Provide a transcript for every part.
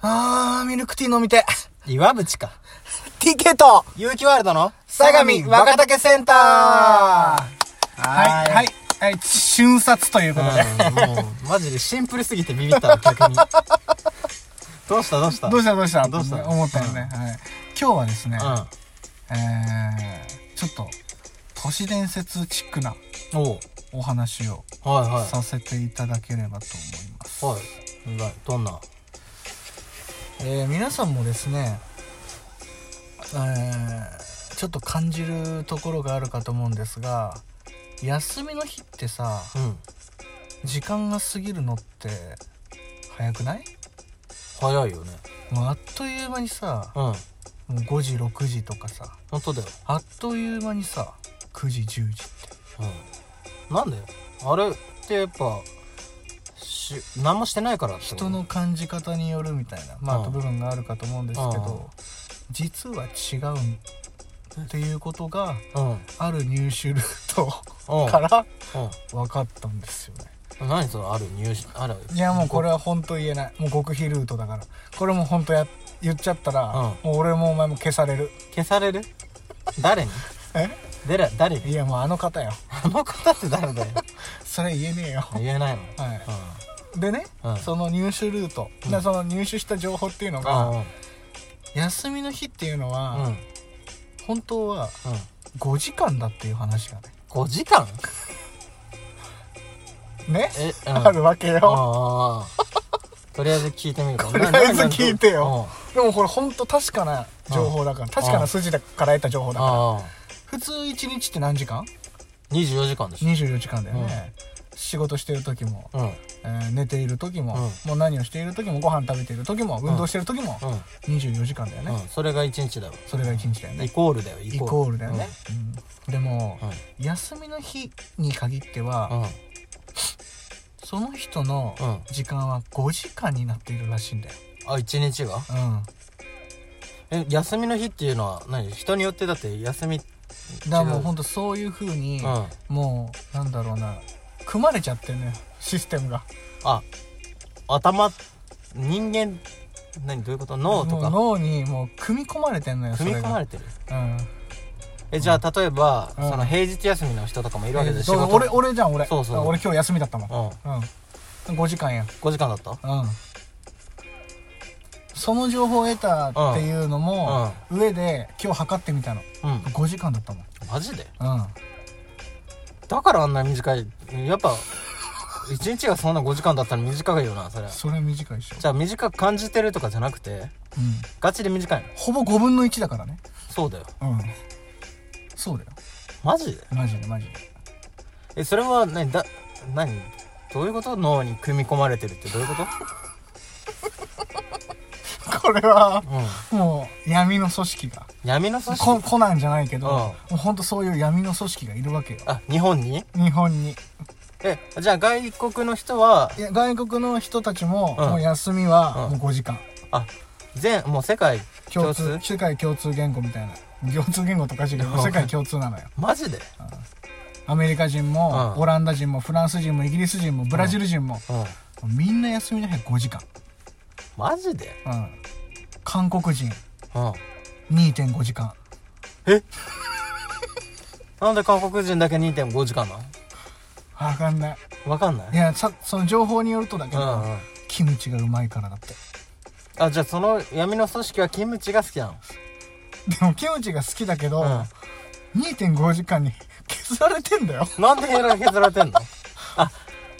あー、ミルクティー飲みて。岩淵か。 TK と、有機ワールドの相相模模若若竹竹センターはい、はい、はい、瞬殺ということで。はい。もう、マジでシンプルすぎてビビったわ 逆に。どうしたどうしたどうししたどうしたどうした思ったよね。はい。今日はですね、う。えー、ちょっと、都市伝説チックなんおうお話をはいはい。させていただければと思います。はい。などんなえー、皆さんもですね、えー、ちょっと感じるところがあるかと思うんですが、休みの日ってさ、うん。時間が過ぎるのって早くない早いよね。もうあっという間にさうん。もう5時6時とかさ本当だよ。あっという間にさ9時10時ってうん。なんであれってやっぱ、し、何もしてないからってこと人の。感じ方によるみたいなまあうん部分があるかと思うんですけど実は違うっていうことがうん。ある入手ルートうん。からうん。分かったんですよね何それある入手あるいやもうこれは本当言えないもう極秘ルートだからこれも本当や言っちゃったら、もう俺もお前も消される消される誰にえ誰ら誰にいやもうあの方よあの方って誰だよそれ言えねえよ言えないのはいでね、うんその入手ルート、うんなその入手した情報っていうのが、あ休みの日っていうのあは、うんうん本当は5時間だっていう話がね5時間ね、えうんあるわけあよ、あああとりあえず聞いてみるか とりあえず聞いてようんでもこれ本当確かな情報だから、確かな筋だから得た情報だから、ああ普通1日って何時間24時間でしょ ?24 時間だよね、仕事してる時も、うんえー寝ている時も、うんもう何をしている時もご飯食べている時も運動してる時も、う24時間だよね、んうんそれが1日だよそれが1日だよイねコールだよイコールだよね、うんでも、うん休みの日に限っては、うんその人のうん時間は5時間になっているらしいんだよ、あ1日がうん、え休みの日っていうのは何人によってだって休みだからもう違うほんとそういう風に、うんもうなんだろうな組まれちゃってるねシステムがあ頭人間何どういうこと脳とかもう脳にもう組み込まれてんのよそ組れみが込まれてるうんえじゃあ例えば、うんその平日休みの人とかもいるわけでえ仕事そう俺俺じゃん俺そうそうあ俺今日休みだったもん、ううんん、5時間や5時間だったうんその情報を得たっていうのも、上で今日測ってみたのうん5時間だったもんマジでうんだからあんな短いやっぱ1日がそんな5時間だったら短いよなそれそれ短いでしょ、じゃあ短く感じてるとかじゃなくてうん、ガチで短いのほぼ5分の1だからねそうだようんそうだよマジでマジでマジでえそれは何だ何どういうこと脳に組み込まれてるってどういうことこれはうもう闇の組織がん闇の組織ココナンじゃないけど、うんもうほんとそういう闇の組織がいるわけよあ日本に日本にえじゃあ外国の人はいや外国の人たちも,、うんもう休みはうもうん5時間、あ全もう世界共共通通世界共通言語みたいな共通言語とかしいけど世界共通なのよマジでアメリカ人も、うんオランダ人もフランス人もイギリス人もブラジル人も、うんみんな休みの日は5時間、マジでうん、韓国人うん2.5時間なんで韓国人だけ2.5時間なわかんないのわかんないいやさその情報によるとだけうど、んうんキムチがうまいからだってあじゃあその闇の組織はキムチが好きなのでもキムチが好きだけど、う2.5時間に削られてんだよ なんでヘラ削られてんのあ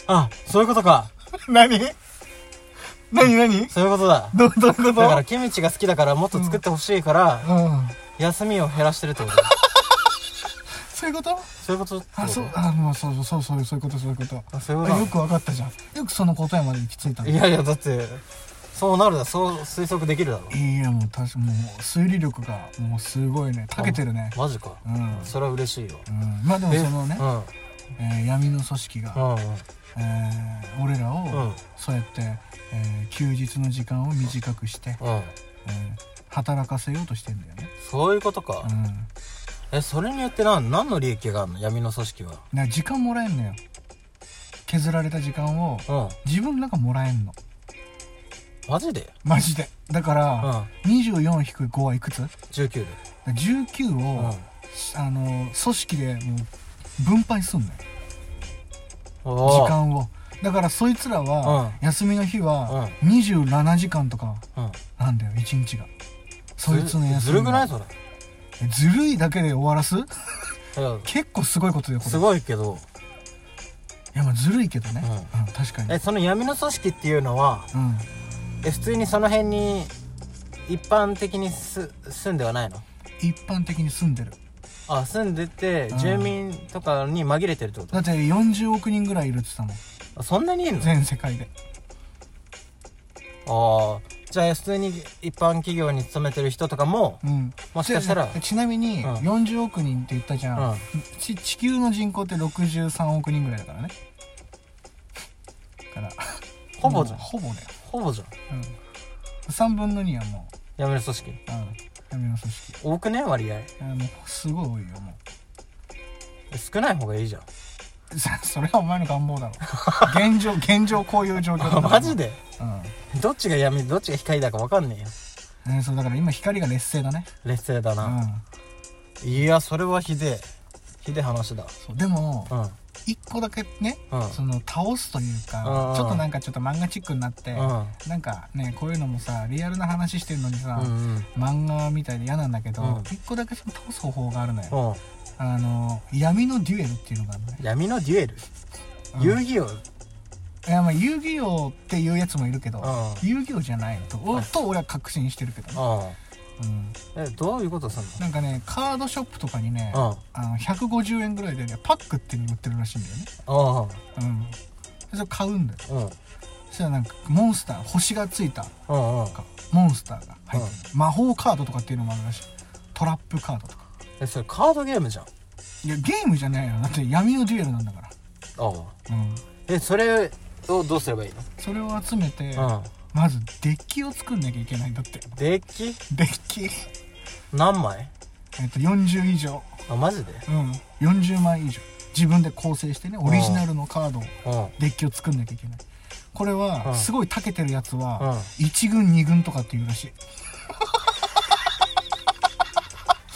あそういうことか何何何そういうことだどうどういうこだからとキムチが好きだからもっと作ってほしいから、うん休みを減らしてるってことだそういうことそういうことってことあそうあもうそうそうそうそうそういうことそういうことあそういうことあよくわかったじゃんよくその答えまで行き着いたいねやいやだってそうなるだそう推測できるだろいやもう確かもう推理力がもうすごいね長けてるねマジか、うん、うん、それは嬉しいよまあでもえそのね、うえー闇の組織が、んうんうんえー俺らを、うんそうやって、えー休日の時間を短くして、うんえー働かせようとしてんだよねそういうことかう、んだかえそれによって何何の利益があるの闇の組織はら時間もらえんのよ削られた時間をうん自分らがもらえんのマジでマジでだかうら、ん24-5はいくつ19で ?19 うを、んあの組織でもう分配すんのよ時おー間をだからそいつらは、休みの日は、27時間とかうんなんだよ1日がそいつの休みがずるくないそれずるいだけで終わらすいや結構すごいことだよこれすごいけどいやまあずるいけどね、ううん確かにえその闇の組織っていうのはうんえ普通にその辺に一般的にす住んではないの一般的に住んでるあ住んでてうん住民とかに紛れてるってことだって40億人ぐらいいるって言ってあそんなにいんたのもん全世界でああじゃあ普通に一般企業に勤めてる人とかもうんもしかしたらちちなみにうん40億人って言ったじうゃん、んち地球の人口って63億人ぐらいだからねからほぼじゃんもうほぼだよ、ほぼじゃんうん、3分の2はも闇の組織う、うん、闇の組織多くね割合あもうすごい多いよも少ない方がいい じゃんう そそれはお前の願望だ ろ現状現状こういう状況だかあ らマジでうんどっちが闇どっちが光だか分かんねえよね、そうだから今光が劣勢だね、劣勢だうな、ん、いやそれはひでえひでえ話だそうでもうん一個だけねうんその倒すといううかんちょっとなんかちょっと漫画チックになってうんなんかねこういうのもさリアルな話してるのにさうんうん漫画みたいで嫌なんだけどうん一個だけその倒す方法があるのようんあの闇のデュエルっていうのがあるのね闇のデュエル、うん遊戯王いやまあ遊戯王っていうやつもいるけどう遊戯王じゃないのとおと俺は確信してるけどんねうんうんえどういうことすんなんかねカードショップとかにねのあの150円ぐらいでねパックっていうの売ってるらしいんだよねううんでそれ買うんだんようんうんそしたらなんかモンスター星がついたうんうんなんかモンスターが入ってる、魔法カードとかっていうのもあるらしいトラップカードとかえそれカードゲームじゃんあいやゲームじゃないよだって闇のデュエルなんだからあうんえそれをどうすればいいそれを集めて、のまずデッキを作んなきゃいけないんだってうんデッキデッキ何枚えっと40以上あマジでうん40枚以上自分で構成してねオリジナルのカードをうんうんデッキを作んなきゃいけないこれうはんすごい長けてるやつは1軍2軍とかっていうらしい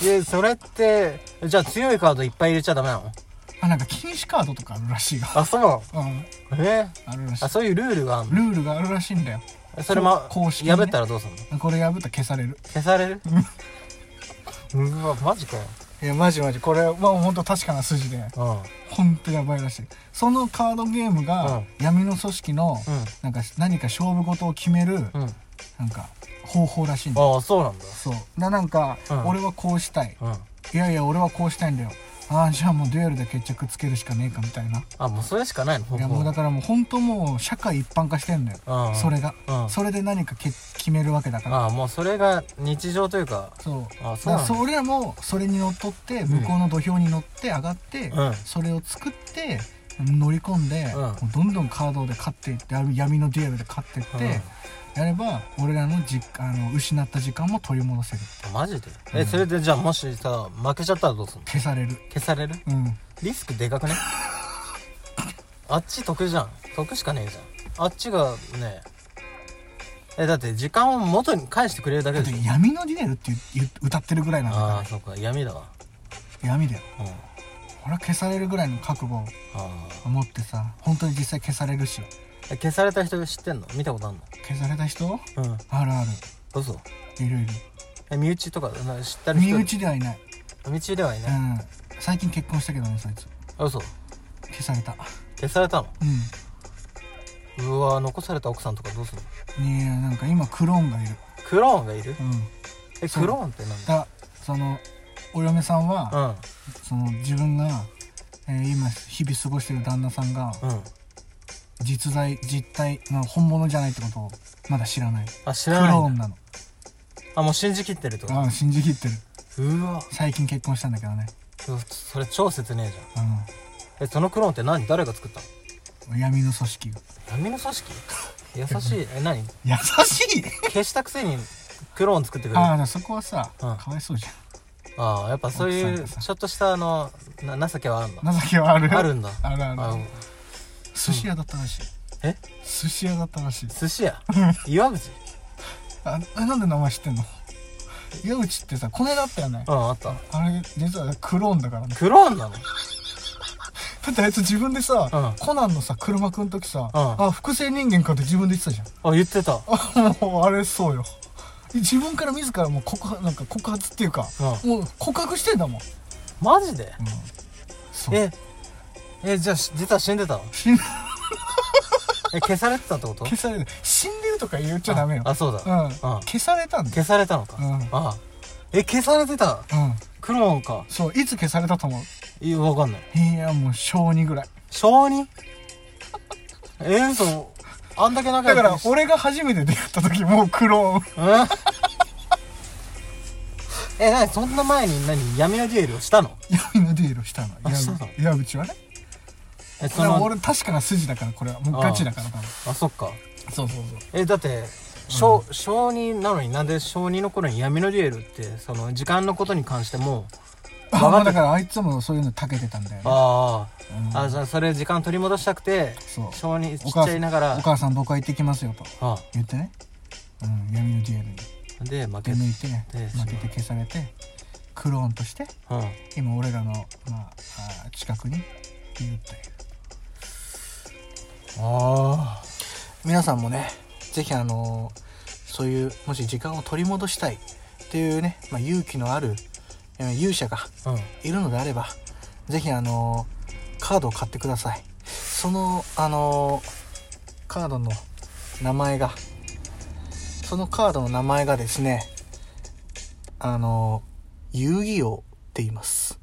えそれってじゃあ強いカードいっぱい入れちゃダメなのあなんか禁止カードとかあるらしいがあそううんえあるらしいあそういうルールがあんのルールがあるらしいんだよえそれま公式ね破ったらどうすんのこれ破ったら消される消されるうわマジかよいやマジマジこれはもう本当確かな筋でうんうん本当やばいらしいそのカードゲームうがん闇の組織のなんか何か勝負事を決めるうんなんか方法らしいんだよああそうなんだそうななんかうん俺はこうしたいうんいやいや俺はこうしたいんだよああじゃあもうデュエルで決着つけるしかねえかみたいなあもうそれしかないの方いやもうだからもう本当もう社会一般化してんだようんそれがうんそれで何かけ決めるわけだからああもうそれが日常というかそうあそうだかなんらだそ俺らもそれに乗っ取って向こうの土俵に乗って上がって、うんそれを作って乗り込んで、うんもうどんどんカードで勝っていって闇闇のデュエルで勝っていって、やれば俺らのじあの失った時間も取り戻せるマジでえそれでじゃあもしさ負けちゃったらどうすんの消される消されるうんリスクでか くねあっち得じゃん得しかねえじゃんあっちがねえだって時間を元に返してくれるだけだっでしてょ闇のデュエルって言う歌ってるぐらいなんだああかそうか闇だわら闇だようんあ俺は消されるぐらいの覚悟あを持ってさ本当に実際消されるしえ消された人知ってんの見たことあんの消された人うんあるある嘘いるいるえ身内とかな知ったる身人内ではいない、身内ではいなういん、最近結婚したけどねそいつあ嘘消された消されたのううわ残された奥さんとかどうすんのんいやなんか今クローンがいるクローンがいるうんえそうクローンってなんだだそのお嫁さんは、その自分が、えー今日々過ごしてる旦那さんがうんうん実在実体の本物じゃないってことをまだ知らないあ知クロらないーんンだなのあもう信じきってるってことうん信じきってるうわ最近結婚したんだけどねそそれ超切ねえじゃんえそのクローンって何誰が作ったのうん闇の組織が闇の 組織優しいえ何優しい消したくせにクローン作ってくれるあああだからそこはさ、うんかわいそうじあやっぱそうい奥さんうとさちょっとしたあのな情けはあるんだゃん情けはあるあるんだあるあるあ寿司屋だったらしいえ寿司屋だったらしい寿司屋岩渕ああなんで名前知ってんの矢口ってさこの間あったよねうんあったあれ実はクローンだからね クローンなのだってあいつ自分でさ、うんコナンのさ車くん時さ、うんあ複製人間かって自分で言ってたじゃあん言ってた あもうあれそうよ自分から自らもう告白なんか告発っていうか、うもう告白してんだもん、うん、マジでそうええじゃあし実は死んでたの死んえ消されてたってこと消される死んでるとか言っちゃダメよああそうだ、うん、ん消されたんだよ消されたのか、うんああえ消されてたうんクローンかそういつ消されたと思ういやわかんないいやもう小2ぐらい小児えー、そうあんだけ仲だ良くからし俺が初めて出会った時もうクローンうんえなにそんな前に何闇のデュエルをしたの闇のディールをしたのあ矢そうなの口矢口はねえこそれはの俺確かな筋だからこれはもうガチだから多分あそっかそうそうそうえだって小,、小2なのになんで小2の頃に闇のデュエルってその時間のことに関してもあわかまったあだからあいつもそういうのたけてたんだよねあうんああじゃあそれ時間取り戻したくてそう小2ちおっち母ゃさんいながらお母さん僕は行ってきますよとあ言ってね、うん、闇のデュエルにあで負け出た抜いてで負けて消されてクローンとしてうん今俺らの、まあ、あー近くにいるというあ皆さんもねぜひあのーそういうもし時間を取り戻したいっていうね、まあ、勇気のあるえー勇者があうんいるのであればぜひあのーカードを買ってくださいそのあのーカードの名前がそのカードの名前がですねあのー遊戯王って言います